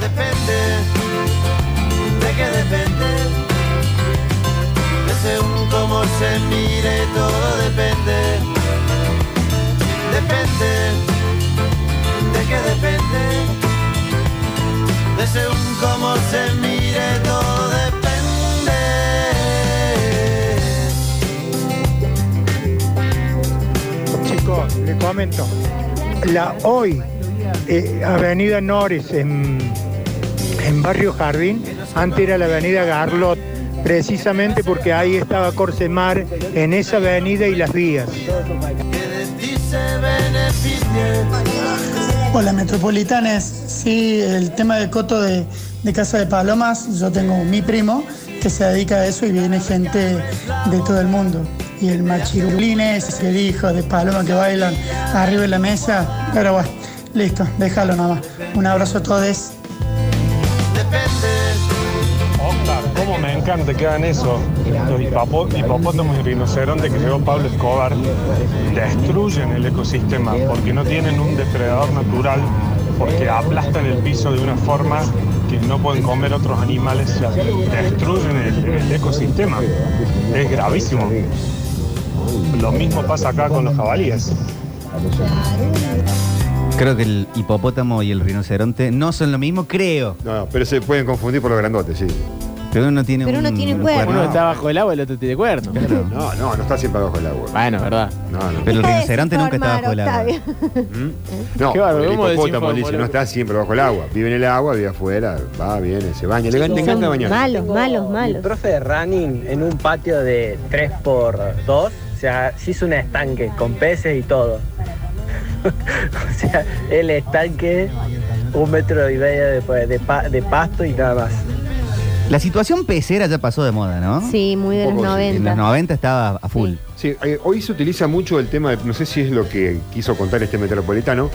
depende, de que depende. De según cómo se mire todo depende, depende, de que depende. De según cómo se mire todo depende. Chicos, les comento. La hoy, eh, Avenida Norris en, en Barrio Jardín, antes era la Avenida Garlot, precisamente porque ahí estaba Corsemar en esa avenida y las vías. que de ti se beneficie. Hola Metropolitanes, sí, el tema del coto de, de Casa de Palomas, yo tengo mi primo que se dedica a eso y viene gente de todo el mundo. Y el machirulines, ese hijo de Paloma que bailan arriba de la mesa, pero bueno, listo, déjalo nada más. Un abrazo a todos. Depende, Oscar, cómo me encanta que hagan eso. Los hipapo- hipopótamos y rinocerontes que llegó Pablo Escobar destruyen el ecosistema porque no tienen un depredador natural, porque aplastan el piso de una forma que no pueden comer otros animales, o sea, destruyen el, el ecosistema. Es gravísimo. Lo mismo pasa acá con los jabalíes. Creo que el hipopótamo y el rinoceronte no son lo mismo, creo. No, no, pero se pueden confundir por los grandotes, sí. Pero uno tiene Pero un uno tiene un cuerno. Uno está bajo el agua, el otro tiene cuerno. Claro. No, no, no está siempre abajo del Ah. agua. Bueno, verdad. No, no. Pero el Deja de rinoceronte nunca está bajo el desinformar, agua. Octavio. ¿Mm? No, Qué bárbaro, el ¿cómo hipopótamo, desinformó, dice, no loco? está siempre bajo el agua. Vive en el agua, vive afuera, va, viene, se baña. Le le Son encanta bañar. Malos, malos, El malos. profe de running en un patio de 3x2, o sea, se hizo un estanque con peces y todo. o sea, el estanque, un metro y medio de, pa- de pa- de pasto y nada más. La situación pecera ya pasó de moda, ¿no? Sí, muy de Un los poco, sí, En los 90. 90 estaba a full. Sí. Sí, eh, hoy se utiliza mucho el tema, de- no sé si es lo que quiso contar este metropolitano,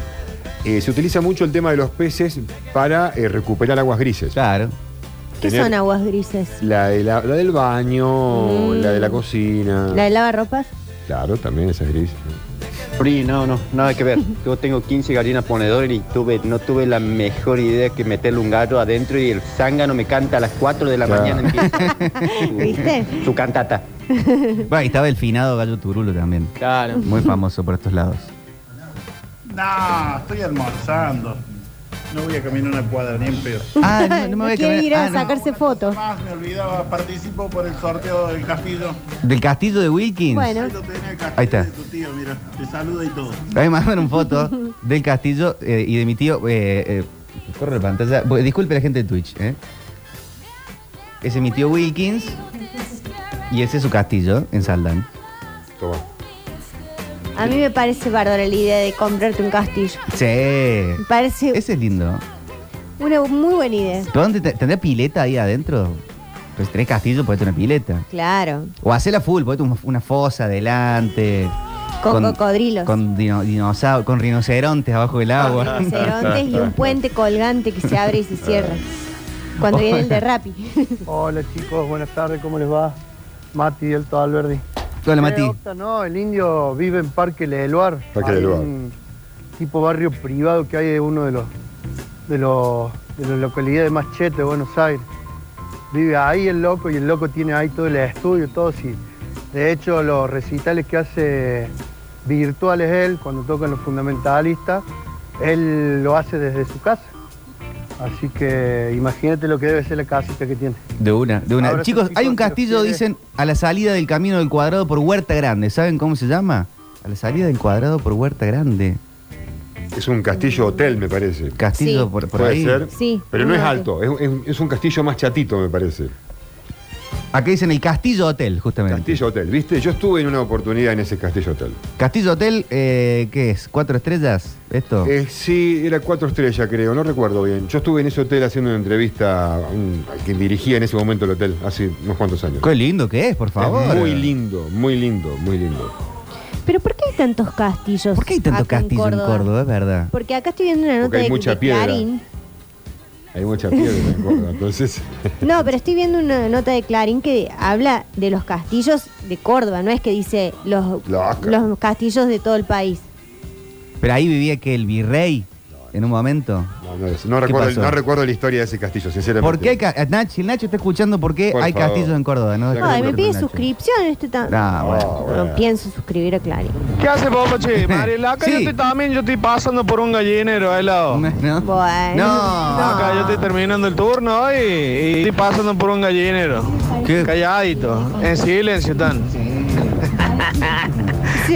eh, se utiliza mucho el tema de los peces para eh, recuperar aguas grises. Claro. ¿Qué Tener son aguas grises? La, de la, la del baño, Mm. la de la cocina. ¿La de lavarropas? Claro, también esa es gris. Pri, no, no, nada que ver. Yo tengo 15 gallinas ponedoras y tuve, no tuve la mejor idea que meterle un gallo adentro y el zángano me canta a las 4 de la Claro. mañana. empieza su- ¿Viste? Su cantata. Bueno, y estaba el finado Gallo Turulo también. Claro. Muy famoso por estos lados. No, estoy almorzando. No voy a caminar una cuadra ni en pedo. Ah, no, no me voy a quiere quedar- ir a ah, no. sacarse fotos. Más me olvidaba, participo por el sorteo del castillo. Del castillo de Wilkins. Bueno. Ahí lo tenés, el castillo Ahí está. de tu tío, mira. Te saluda y todo. Ahí me mandaron foto del castillo eh, y de mi tío. eh, eh, corre la pantalla. Bu- Disculpe la gente de Twitch. ¿eh? Ese es mi tío Wilkins. Y ese es su castillo en Saldán. Toma. A mí me parece bárbara la idea de comprarte un castillo. Sí. Me parece Ese es lindo. una muy buena idea. ¿Pero dónde te- tendrá pileta ahí adentro? Pues si tenés castillo, podés tener una pileta. Claro. O hacela full, podés tener una fosa adelante. Con cocodrilos. Con dino- dinosau- con rinocerontes abajo del agua. Rinocerontes y un puente colgante que se abre y se cierra. Cuando viene el de Rappi. Hola chicos, buenas tardes, ¿cómo les va? Mati Alto Alberdi. Hola, Mati. no, el indio vive en Parque Leluar. Parque Hay Leluar. Mm. Un tipo barrio privado que hay de uno de los de los de la localidad de Machete, de Buenos Aires. Vive ahí el loco y el loco tiene ahí todo el estudio, todo sí. De hecho, los recitales que hace virtuales él, cuando tocan los fundamentalistas, él lo hace desde su casa. Así que imagínate lo que debe ser la casita que tiene. De una, de una. Ahora Chicos, estos chicos hay un que los castillo, tiene- dicen, a la salida del camino del cuadrado por Huerta Grande. ¿Saben cómo se llama? A la salida del cuadrado por Huerta Grande. Es un castillo hotel, me parece. Castillo Sí. por, por Puede ahí. ser. Sí, Pero no es un alto, es, es- es un castillo más chatito, me parece. Acá dicen el Castillo Hotel, justamente. Castillo hotel, ¿viste? Yo estuve en una oportunidad en ese castillo hotel. Castillo Hotel, eh, ¿qué es? ¿Cuatro estrellas? ¿Esto? Eh, sí, era cuatro estrellas, creo, no recuerdo bien. Yo estuve en ese hotel haciendo una entrevista a, un- a quien dirigía en ese momento el hotel, hace unos cuantos años. Qué lindo que es, por favor. Es muy lindo, muy lindo, muy lindo. Pero ¿por qué hay tantos castillos? ¿Por qué hay tantos acá castillos en Córdoba? Es verdad. Porque acá estoy viendo una nota Porque hay de, mucha de piedra. Clarín. Hay mucha piedra, en Córdoba, entonces. No, pero estoy viendo una nota de Clarín que habla de los castillos de Córdoba, no es que dice los, Los- los castillos de todo el país. Pero ahí vivía que el virrey, en un momento. No, no, no recuerdo, pasó? no recuerdo la historia de ese castillo, sinceramente. ¿Por qué hay ca- eh, Nach- si Nacho está escuchando, ¿por qué Por hay favor. castillos en Córdoba? No, Ay, me pide Nacho. suscripción este tan. Ah, bueno. No pienso suscribir a Clarín. ¿Qué hace vos, che? Mariela, acá yo estoy también, yo estoy pasando por un gallinero al lado. No. Acá yo estoy terminando el turno y, y estoy pasando por un gallinero. Calladito, en silencio están.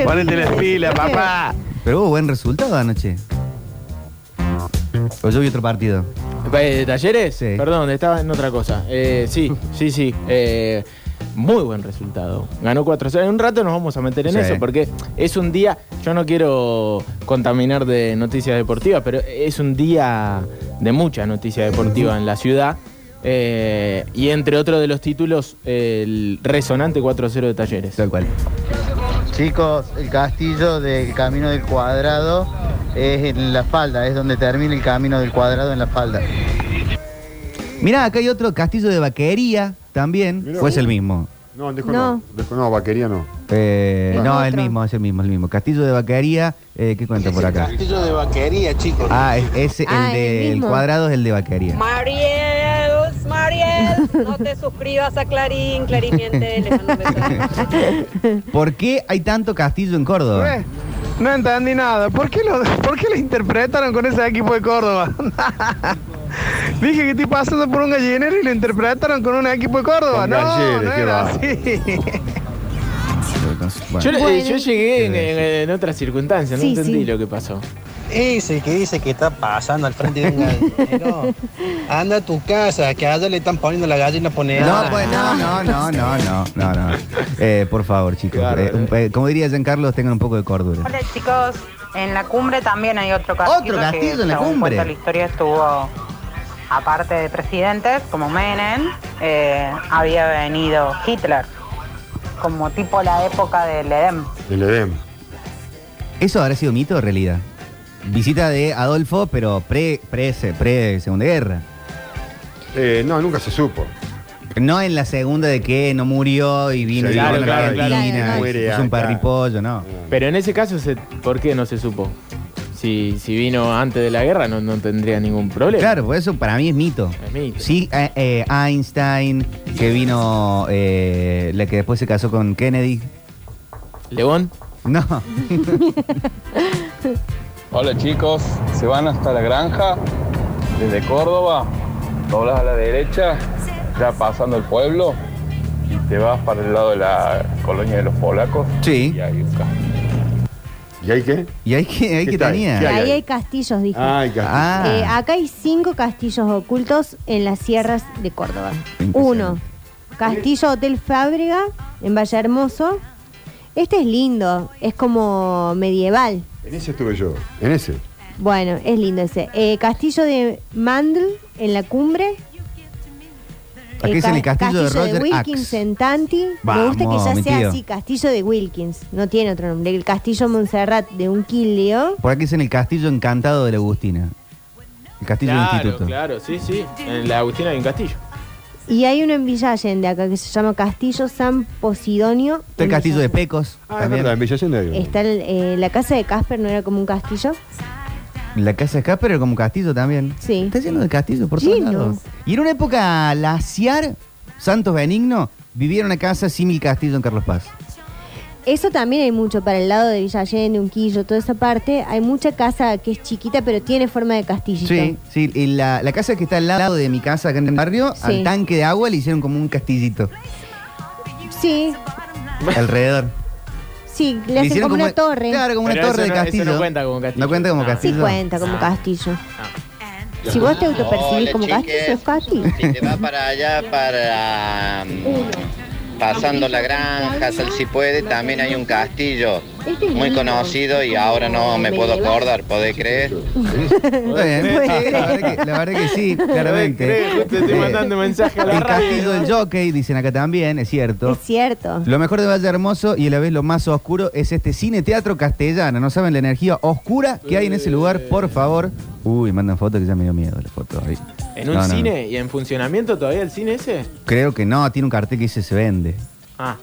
Ponete las pilas, papá. Pero hubo buen resultado anoche. O yo vi otro partido. Eh, ¿De talleres? Perdón, estaba en otra cosa. Eh, sí, sí, sí. Eh, muy buen resultado. Ganó 4-0. En un rato nos vamos a meter en Sí. eso, porque es un día. Yo no quiero contaminar de noticias deportivas, pero es un día de mucha noticia deportiva en la ciudad. Eh, y entre otros de los títulos, el resonante 4-0 de Talleres. Tal cual. Chicos, el castillo del camino del cuadrado es en la falda, es donde termina el camino del cuadrado en la falda. Mirá, acá hay otro castillo de vaquería también. Mirá. ¿O es el mismo? No, dejo no. Dejo no, vaquería no. Eh, No, no, otro. el mismo, es el mismo, el mismo. Castillo de vaquería, eh, ¿qué cuenta por acá? de vaquería, chicos. Ah, es, ese, Ah, el el del mismo. cuadrado es el de vaquería. Mariel, Mariel, no te suscribas a Clarín, Clarín miente, le mando un beso. ¿Por qué hay tanto castillo en Córdoba? Eh, No entendí nada. ¿Por qué, lo, ¿Por qué lo interpretaron con ese equipo de Córdoba? Dije que estoy pasando por un gallinero y lo interpretaron con un equipo de Córdoba. Con no, galleres, no qué era va. así. Yo, Bueno. eh, yo llegué en, Bueno. en- en otras circunstancias, no Sí, entendí sí. lo que pasó. Ese que dice que está pasando al frente de un gallinero. Anda a tu casa, que allá le están poniendo la gallina poneada. No, pues no, no, no, no, no, no, no. Eh, por favor, chicos. eh, un- eh, como diría Giancarlo, Carlos, tengan un poco de cordura. Hola chicos, en la cumbre también hay otro castillo. Otro castillo que, en la según cumbre. cuenta La historia estuvo, aparte de presidentes como Menem, eh, había venido Hitler, como tipo la época del Edén. El Edén. ¿Eso habrá sido mito o realidad? Visita de Adolfo, pero pre, pre, pre Segunda Guerra. Eh, no, nunca se supo. No en la segunda de que no murió y vino Sí, y claro, vino a la claro, claro. Argentina, y se Muere puso un acá. parripollo, no. Pero en ese caso, se- ¿por qué no se supo? Si, si vino antes de la guerra, no, no tendría ningún problema. Claro, por eso para mí es mito. Sí, eh, eh, Einstein, que vino, eh, la que después se casó con Kennedy. ¿León? No. Hola chicos, se van hasta la granja desde Córdoba, doblas a la derecha, ya pasando el pueblo y te vas para el lado de la colonia de los polacos. Sí. Y hay un castillo. ¿Y hay qué? ¿Y hay qué, hay ¿Qué que tal? tenía? Ahí hay, castillos, dije. Ah, Ay, castillo. Eh, acá hay cinco castillos ocultos en las sierras de Córdoba. Uno, Castillo Hotel Fábrega en Valle Hermoso. Este es lindo, es como medieval. En ese estuve yo. En ese. Bueno, es lindo ese. Eh, castillo de Mandl en la cumbre. Eh, Acá dicen el castillo de Roger Ackes. Wilkins en Tanti. Me Vamos, gusta que ya mi sea tío. así, castillo de Wilkins. No tiene otro nombre. El castillo Montserrat de Unquilio. Por aquí dicen el castillo encantado de la Agustina. El castillo del Claro, instituto. claro, sí, sí. En la Agustina hay un castillo. Y hay uno en Villa Allende acá que se llama Castillo San Posidonio. Está el castillo de Pecos. Ah, es también. verdad, en Villa Allende hay uno. Ah, Está el, eh, la casa de Casper, ¿no era como un castillo? La casa de Casper era como un castillo también. Sí. Está lleno de castillos por todos Lleno. lados. Y en una época laciar, Santos Benigno vivía en una casa símil castillo en Carlos Paz. Eso también hay mucho para el lado de Villa Allende, Unquillo, toda esa parte. Hay mucha casa que es chiquita, pero tiene forma de castillito. Sí, sí. y la, la casa que está al lado de mi casa acá en el barrio, Sí. al tanque de agua le hicieron como un castillito Sí, alrededor. sí, Le le hacen hicieron como una como- torre. claro, como una Pero torre eso de no- eso castillo. Ah. no cuenta como ¿No cuenta como Sí castillo? cuenta Ah. como castillo. Si vos te autopercibís Hola, como castillo, chiques. es castillo. Si te vas para allá, para mm, pasando la granja, sal si puede, también hay un castillo Este muy conocido y ahora no me puedo acordar, ¿podés creer? Está bien. Sí, la, verdad que, la verdad que sí, claramente. Te estoy Eh, mandando mensaje a la el radio. castillo del jockey, dicen acá también, es cierto. Es cierto. Lo mejor de Valle Hermoso y a la vez lo más oscuro es este cine teatro castellano. No saben la energía oscura que hay en ese lugar, por favor. Uy, mandan fotos que ya me dio miedo las fotos. ahí. ¿En un No, no, no. cine y en funcionamiento todavía el cine ese? Creo que no, tiene un cartel que dice se vende. Ah.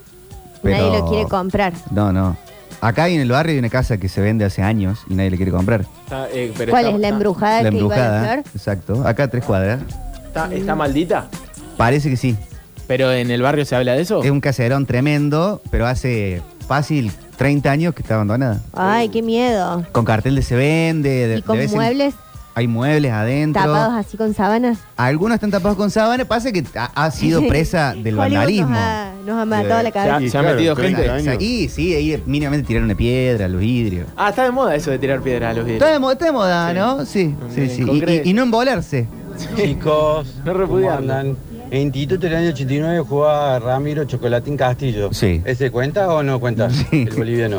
Pero- Nadie lo quiere comprar. No, no. Acá hay en el barrio hay una casa que se vende hace años y nadie le quiere comprar. Está, eh, pero ¿Cuál está- es la está- embrujada La Ah, que iba a embrujada. decir? Exacto. Acá a tres cuadras. ¿Está, está maldita? Parece que sí. ¿Pero en el barrio se habla de eso? Es un caserón tremendo, pero hace fácil 30 años que está abandonada. Ay, qué miedo. Con cartel de se vende. De, Y con de vez en- muebles Hay muebles adentro. tapados así con sábanas. Algunos están tapados con sábana. Pasa que ha, ha sido presa del Hollywood vandalismo. Nos ha, nos ha matado la cabeza. se ha metido gente. Y sí, ahí mínimamente tiraron una piedra, los vidrios. Ah, está de moda eso de tirar piedra a los vidrios. Está de, mo- está de moda, ¿no? Sí, sí, sí. Y- Y, concreto. y no embolarse. Chicos, no repudian. En Instituto del año 89 jugaba Ramiro Chocolatín Castillo. Sí. ¿Ese cuenta o no cuenta? El boliviano.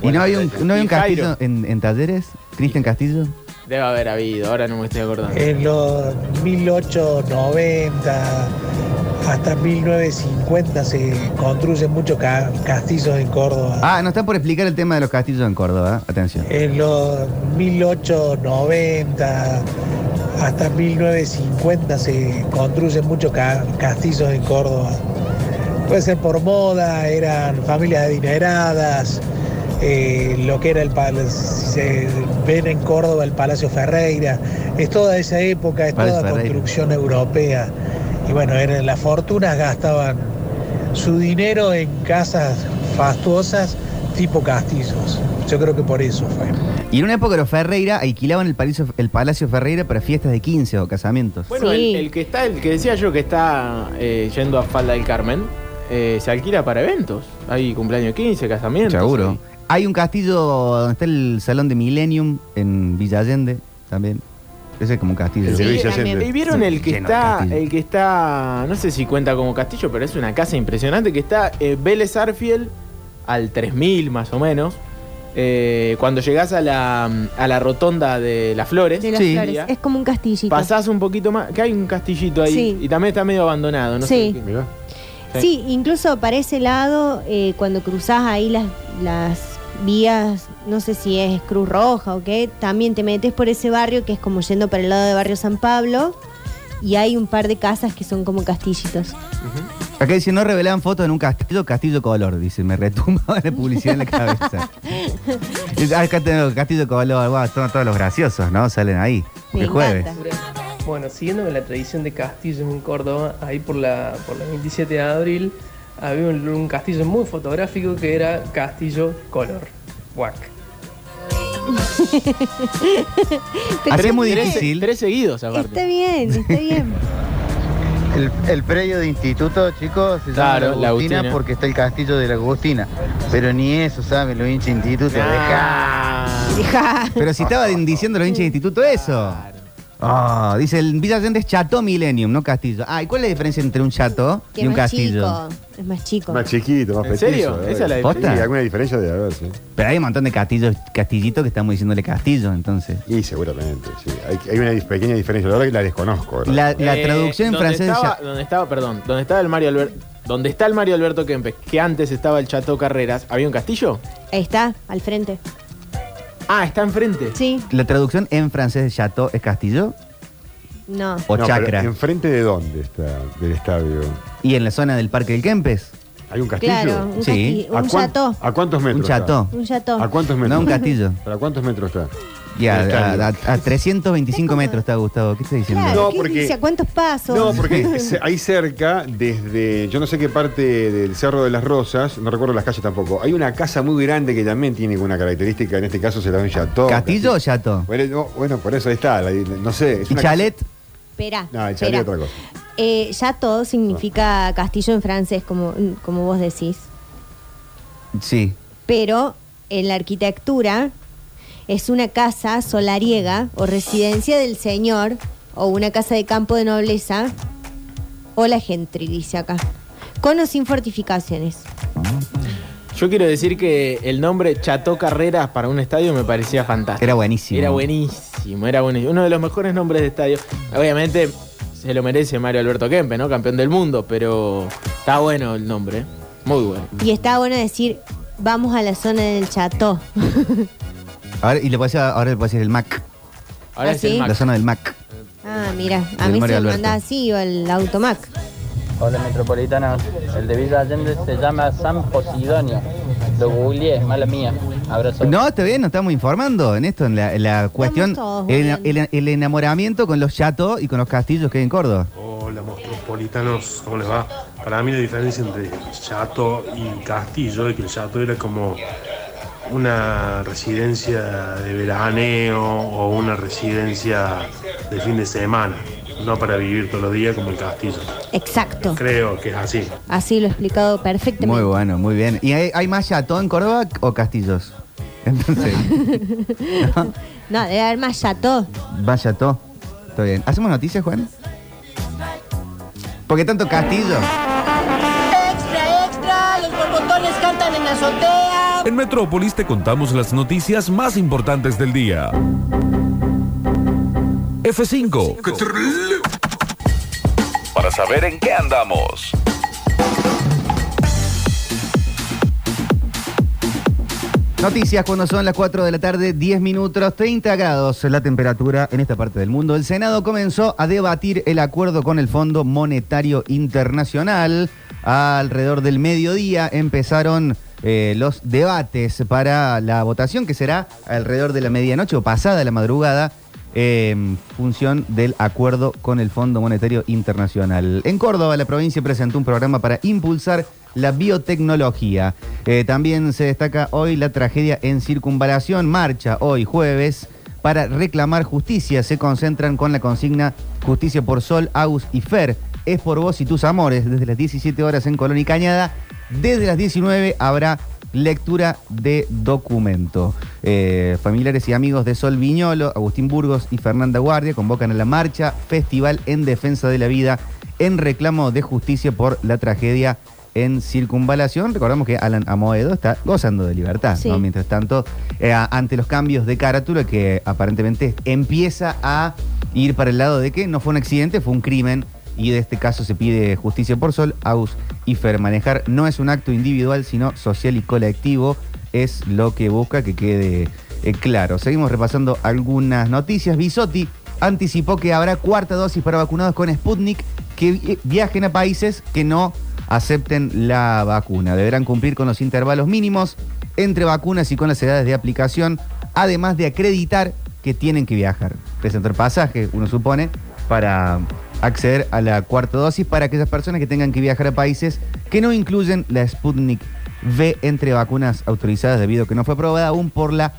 ¿Y no hay un, no hay un Y Jairo. castillo en, en talleres? ¿Cristian Castillo? Debe haber habido, ahora no me estoy acordando. Eh, En los 1890 hasta 1950 se construyen muchos ca- castizos en Córdoba. Ah, no está por explicar el tema de los castillos en Córdoba. ¿eh? Atención. En los 1890 hasta 1950 se construyen muchos ca- castizos en Córdoba. Puede ser por moda, eran familias adineradas, eh, lo que era el palacio, se ven en Córdoba el Palacio Ferreira, es toda esa época, es Palacio toda Ferreira. construcción europea. Y bueno, eran, las fortunas gastaban su dinero en casas fastuosas tipo castizos. Yo creo que por eso fue. Y en una época los Ferreira alquilaban el, palacio- el Palacio Ferreira para fiestas de 15 o casamientos. Bueno, el, el que está, el que decía yo que está eh, yendo a Falda del Carmen, eh, se alquila para eventos. Hay cumpleaños 15, casamientos. Seguro. hay- Hay un castillo donde está el Salón de Millennium en Villa Allende también. Ese es como un castillo. Sí, y vieron el que Lleno de está, castillos. el que está, no sé si cuenta como castillo, pero es una casa impresionante que está eh, Vélez Arfiel al 3000 más o menos. Eh, cuando llegás a la, a la rotonda de las flores, De las flores. Es como un castillito. pasás un poquito más, que hay un castillito ahí Sí. y también está medio abandonado, no Sí. sé. Sí. incluso para ese lado, eh, cuando cruzás ahí las, las vías, no sé si es Cruz Roja o qué, también te metes por ese barrio que es como yendo para el lado de Barrio San Pablo y hay un par de casas que son como castillitos. Acá dice, no revelaban fotos en un castillo, castillo color. Dice, me retumbaba la publicidad en la cabeza. Dice, "Ah, Acá tengo castillo color. Guau, son todos los graciosos, ¿no? Salen ahí. Porque jueves. Bueno, siguiendo con la tradición de castillos en Córdoba, ahí por la, por la 27 de abril había un, un castillo muy fotográfico que era Castillo Color. Guac. Tres- muy tres- difícil. Tres seguidos, aparte. Está bien, está bien. El, el predio de instituto, chicos, se llama Claro, La La Agustina Agustina. porque está el castillo de La Agustina. Pero ni eso saben los hinchas de instituto. Deja. Pero si estaba diciendo los hinchas de instituto eso. Ah, dice, el Villa Allende es chato Millennium, no castillo. Ah, ¿y cuál es la diferencia entre un chato Que y es un más castillo? chico. Es más chico. Más chiquito, más ¿En petizo. serio? Esa es la diferencia. Sí, alguna diferencia debe haber, sí. Pero hay un montón de castillos, castillitos que estamos diciéndole castillo, entonces. Y seguramente, sí. Hay, hay una dis- pequeña diferencia, la verdad que la desconozco. ¿verdad? La, la Eh, traducción en donde francés. estaba- donde estaba, perdón, donde estaba el Mario Alberto, donde está el Mario Alberto Kempes, que antes estaba el Chateau Carreras, ¿había un castillo? Ahí está, al frente. Ah, está enfrente. Sí, ya- la traducción en francés de chato es castillo no. o No, pero chacra. ¿Enfrente de dónde está del estadio? Y en la zona del Parque del Kempes. ¿Hay un castillo? Claro, un, Sí. casti- un chateau. ¿A cuántos metros? Un chateau. Un chateau. Está? ¿A cuántos metros? No, un castillo. ¿Pero a cuántos metros está? Y a, El estadio. a- a- a 325 metros está Gustavo. ¿Qué está diciendo? Claro, No, ¿qué porque- dice? ¿A cuántos pasos? No, porque se- ahí cerca, desde yo no sé qué parte del Cerro de las Rosas, no recuerdo las calles tampoco, hay una casa muy grande que también tiene una característica, en este caso será un chateau. ¿Castillo o chato? Bueno, no, bueno, por eso ahí está, la- no sé. es ¿Y una chalet? Espera. No, el chalet espera. es otra cosa. Eh, ya todo significa castillo en francés, como, como vos decís. Sí. Pero en la arquitectura es una casa solariega o residencia del señor o una casa de campo de nobleza o la gentry, dice acá. Con o sin fortificaciones. Yo quiero decir que el nombre Chateau Carreras para un estadio me parecía fantástico. Era buenísimo. Era buenísimo, era buenísimo. Uno de los mejores nombres de estadio. Obviamente se lo merece Mario Alberto Kempes, ¿no? Campeón del mundo, pero está bueno el nombre. ¿eh? Muy bueno. Mm. Y está bueno decir, vamos a la zona del chateau. Ahora, y le puedo decir, ahora le puedo decir el Mac. Ahora ¿Ah, es el sí? Mac. La zona del Mac. Ah, mira, a Del mí Mario se me Alberto. manda así o el automac. Hola metropolitanos, el de Villa Allende se llama San Posidonio. Lo googleé, mala mía. Abrazo. No, está bien, nos estamos informando en esto, en la, en la cuestión, todos el, el- el enamoramiento con los chatos y con los castillos que hay en Córdoba. Hola, metropolitanos, ¿cómo les va? Para mí la diferencia entre Chato y Castillo es que el Chato era como una residencia de veraneo o una residencia de fin de semana, no para vivir todos los días como el Castillo. Exacto. Creo que es así. Así lo he explicado perfectamente. Muy bueno, muy bien. ¿Y hay, hay más chato en Córdoba o castillos? Entonces, No, debe haber más chato. más chato. Está bien. ¿Hacemos noticias, Juan? Porque tanto castillo. Extra, extra, los borbotones cantan en la azotea. En Metrópolis te contamos las noticias más importantes del día. F5. Para saber en qué andamos. Noticias cuando son las 4 de la tarde, 10 minutos, 30 grados la temperatura en esta parte del mundo. El Senado comenzó a debatir el acuerdo con el Fondo Monetario Internacional. Alrededor del mediodía empezaron eh, los debates para la votación que será alrededor de la medianoche o pasada la madrugada en función del acuerdo con el Fondo Monetario Internacional. En Córdoba, la provincia presentó un programa para impulsar la biotecnología. Eh, también se destaca hoy la tragedia en circunvalación, marcha hoy jueves. Para reclamar justicia se concentran con la consigna Justicia por Sol, Agus y Fer. Es por vos y tus amores. Desde las 17 horas en Colón y Cañada. Desde las 19 habrá lectura de documento. Eh, familiares y amigos de Sol Viñolo, Agustín Burgos y Fernanda Guardia convocan a la marcha Festival en Defensa de la Vida en reclamo de justicia por la tragedia en circunvalación. Recordamos que Alan Amoedo está gozando de libertad, Sí. ¿no? Mientras tanto, eh, ante los cambios de carátula que aparentemente empieza a ir para el lado de que no fue un accidente, fue un crimen. Y de este caso se pide justicia por Sol, Aus y Fer. Manejar no es un acto individual, sino social y colectivo. Es lo que busca que quede eh, claro. Seguimos repasando algunas noticias. Bisotti anticipó que habrá cuarta dosis para vacunados con Sputnik que vi- viajen a países que no acepten la vacuna. Deberán cumplir con los intervalos mínimos entre vacunas y con las edades de aplicación, además de acreditar que tienen que viajar. Presentar pasaje, uno supone, para acceder a la cuarta dosis para aquellas personas que tengan que viajar a países que no incluyen la Sputnik V entre vacunas autorizadas debido a que no fue aprobada aún por la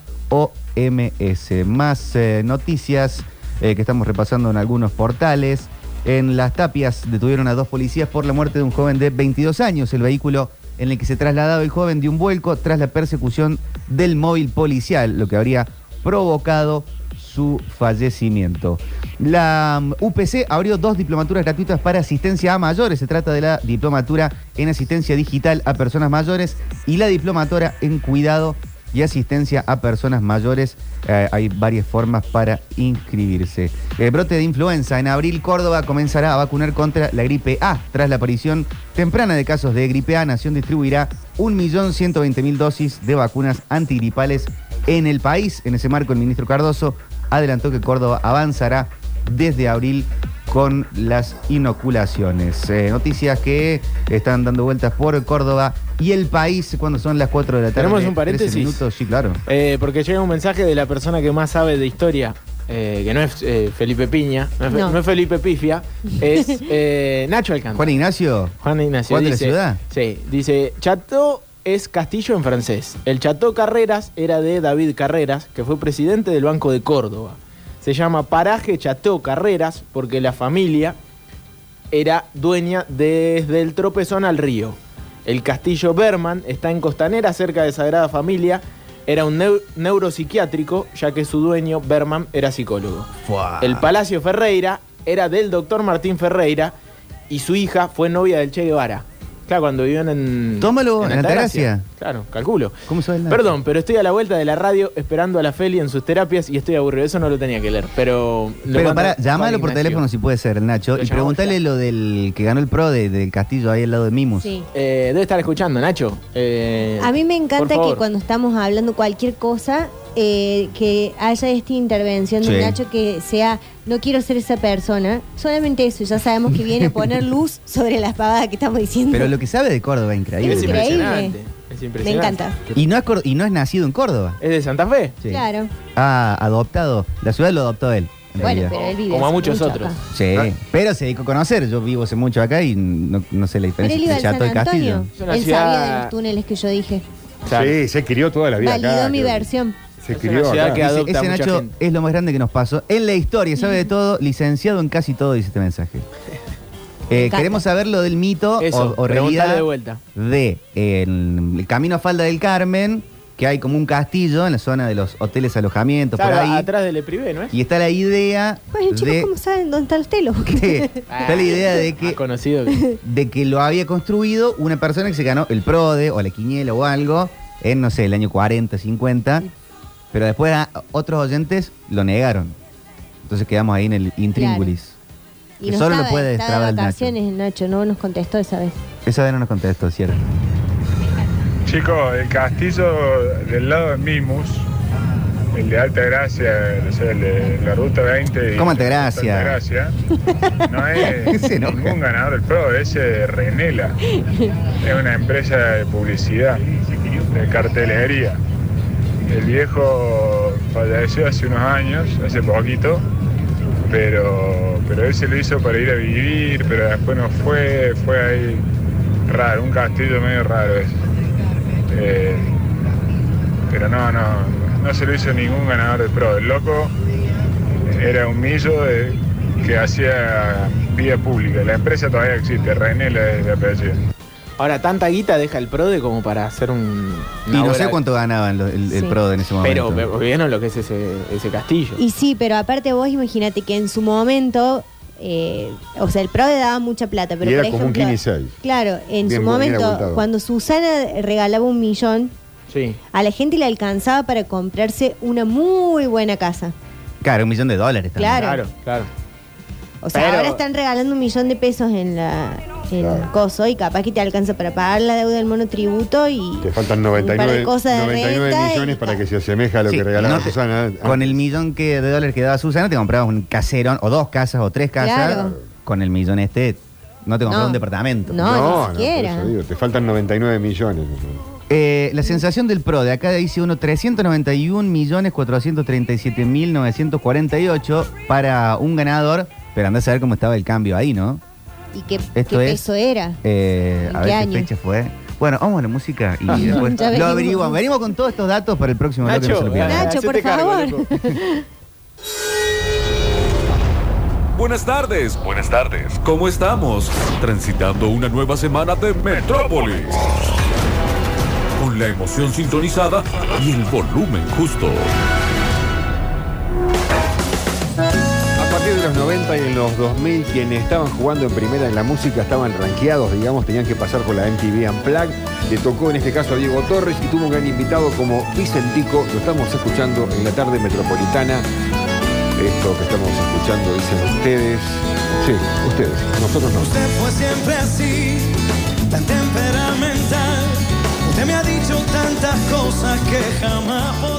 OMS. Más eh, noticias eh, que estamos repasando en algunos portales. En Las Tapias detuvieron a dos policías por la muerte de un joven de 22 años. El vehículo en el que se trasladaba el joven dio un vuelco tras la persecución del móvil policial, lo que habría provocado su fallecimiento. La mm, UPC abrió dos diplomaturas gratuitas para asistencia a mayores. Se trata de la diplomatura en asistencia digital a personas mayores y la diplomatora en cuidado y asistencia a personas mayores. Eh, hay varias formas para inscribirse. El brote de influenza. En abril, Córdoba comenzará a vacunar contra la gripe A. Tras la aparición temprana de casos de gripe A, Nación distribuirá 1.120.000 dosis de vacunas antigripales en el país. En ese marco, el ministro Cardoso adelantó que Córdoba avanzará desde abril con las inoculaciones. Eh, noticias que están dando vueltas por Córdoba y el país cuando son las 4 de la tarde. Tenemos un 13 paréntesis. minutos, sí, claro. Eh, porque llega un mensaje de la persona que más sabe de historia, eh, que no es eh, Felipe Piña, no es, Fe- No. no es Felipe Pifia, es eh, Nacho Alcántara. Juan Ignacio. Juan Ignacio. Juan de la dice, ciudad. Sí, dice, Chateau es Castillo en francés. El Chateau Carreras era de David Carreras, que fue presidente del Banco de Córdoba. Se llama Paraje Chateau Carreras porque la familia era dueña desde el tropezón al río. El castillo Berman está en Costanera, cerca de Sagrada Familia. Era un neu- neuropsiquiátrico, ya que su dueño, Berman, era psicólogo. Ah. El Palacio Ferreira era del doctor Martín Ferreira y su hija fue novia del Che Guevara. Claro, cuando vivían en. Tómalo, en Altagracia. Altagracia. Claro, calculo. ¿Cómo sabes nada? Perdón, pero estoy a la vuelta de la radio esperando a la Feli en sus terapias y estoy aburrido. Eso no lo tenía que leer, pero. lo Pero mando para, Juan llámalo por Ignacio. teléfono si puede ser, el Lo Nacho, y llamamos pregúntale lo del que ganó el pro de- del castillo ahí al lado de Mimus. Eh, debe estar escuchando, Nacho. Eh, A mí me por encanta que favor. cuando estamos hablando cualquier cosa, eh, que haya esta intervención de Sí. Nacho que sea, no quiero ser esa persona, solamente eso, ya sabemos que viene a poner luz sobre las pavadas que estamos diciendo. Pero lo que sabe de Córdoba es increíble. Es increíble. Es Es Me impresionante. encanta. Y no, es, cor- y no es nacido en Córdoba. ¿Es de Santa Fe? Claro. Ah, adoptado. La ciudad lo adoptó él. en Bueno, realidad. pero él vive Como a hace muchos mucho otros. acá. Sí, pero se dedicó a conocer. Yo vivo hace mucho acá y no, no sé la Pero diferencia él iba entre al Chato y San Castillo. Antonio. una Él ciudad- sabía de los túneles que yo dije. Sí, se crió toda la vida Validó acá. mi creo. versión. Se crió ciudad acá. que Dice, adopta ese mucha Nacho gente". es lo más grande que nos pasó en la historia, sabe de todo, licenciado en casi todo, dice este mensaje. Eh, encanta. queremos saber lo del mito Eso, o, o preguntale realidad de vuelta. de eh, el, el camino a Falda del Carmen, que hay como un castillo en la zona de los hoteles alojamientos Claro, por ahí. atrás del Eprivé, ¿no es? Y está la idea Bueno, chicos, de ¿cómo saben dónde está el telo? Sí, está la idea de que, Ah, Conocido. de que lo había construido una persona que se ganó el PRODE o la quiniela o algo en, no sé, el año 40, 50. Pero después a- otros oyentes lo negaron. Entonces quedamos ahí en el intríngulis. Y no Solo estaba, lo puede estaba destrabar de el Nacho. vacaciones el Nacho, no nos contestó esa vez. Esa vez no nos contestó, ¿cierto? Chicos, el castillo del lado de Mimus, el de Alta Gracia, o sea, el de la ruta 20. y la ¿Cómo Altagracia? Ruta Altagracia, no es Se enoja. ningún ganador del PRO, ese de Renela. Es una empresa de publicidad, de cartelería. El viejo falleció hace unos años, hace poquito, pero, pero él se lo hizo para ir a vivir, pero después no fue, fue ahí raro, un castillo medio raro es. Eh, pero no, no, no se lo hizo ningún ganador del pro. El loco era un millo de- que hacía vía pública. La empresa todavía existe, Renela es la apellido. Ahora, tanta guita deja el PRODE como para hacer un. Y no sé cuánto ganaban lo- el, el Sí. PRODE en ese momento. Pero, pero vieron lo que es ese, ese castillo. Y sí, pero aparte vos imagínate que en su momento, eh, o sea, el PRODE daba mucha plata, pero Y era por como un ejemplo, 15 ahí. Claro, Bien, en bien su momento, abultado. cuando Susana regalaba un millón, Sí. a la gente le alcanzaba para comprarse una muy buena casa. Claro, un millón de dólares también. Claro. Claro, claro. O sea, Pero- ahora están regalando un millón de pesos en la en coso y capaz que te alcanza para pagar la deuda del monotributo y Te faltan un par 99, de cosas de 99 renta y- millones para que se asemeje a lo Sí, que regalaba no te- Susana. Con el millón que, de dólares que daba Susana, te comprabas un caserón, o dos casas, o tres casas. Claro. Con el millón este, no te comprabas No. un departamento. No, ni por siquiera. eso digo, te faltan 99 millones. Eh, la sensación del PRO de acá dice uno 391.437.948 para un ganador, pero andás a ver cómo estaba el cambio ahí, ¿no? y qué, Esto qué es- peso era. Eh, a ¿En ver qué qué año? fecha fue. Bueno, vamos a la música y Ya después lo venimos. averiguamos. Venimos con todos estos datos para el próximo bloque, no se lo pierdan. Nacho, por hacete cargo, favor. loco. Buenas tardes, buenas tardes. ¿Cómo estamos? Transitando una nueva semana de Metrópolis. Con la emoción sintonizada y el volumen justo. A partir de los 90 y en los 2000, quienes estaban jugando en primera en la música estaban rankeados, digamos, tenían que pasar por la MTV Unplugged. Le tocó en este caso a Diego Torres y tuvo un gran invitado como Vicentico. Lo estamos escuchando en la tarde metropolitana. Esto que estamos escuchando dicen ustedes. Sí, ustedes, nosotros no. Usted fue siempre así, tan temperamental. Usted me ha dicho tantas cosas que jamás podré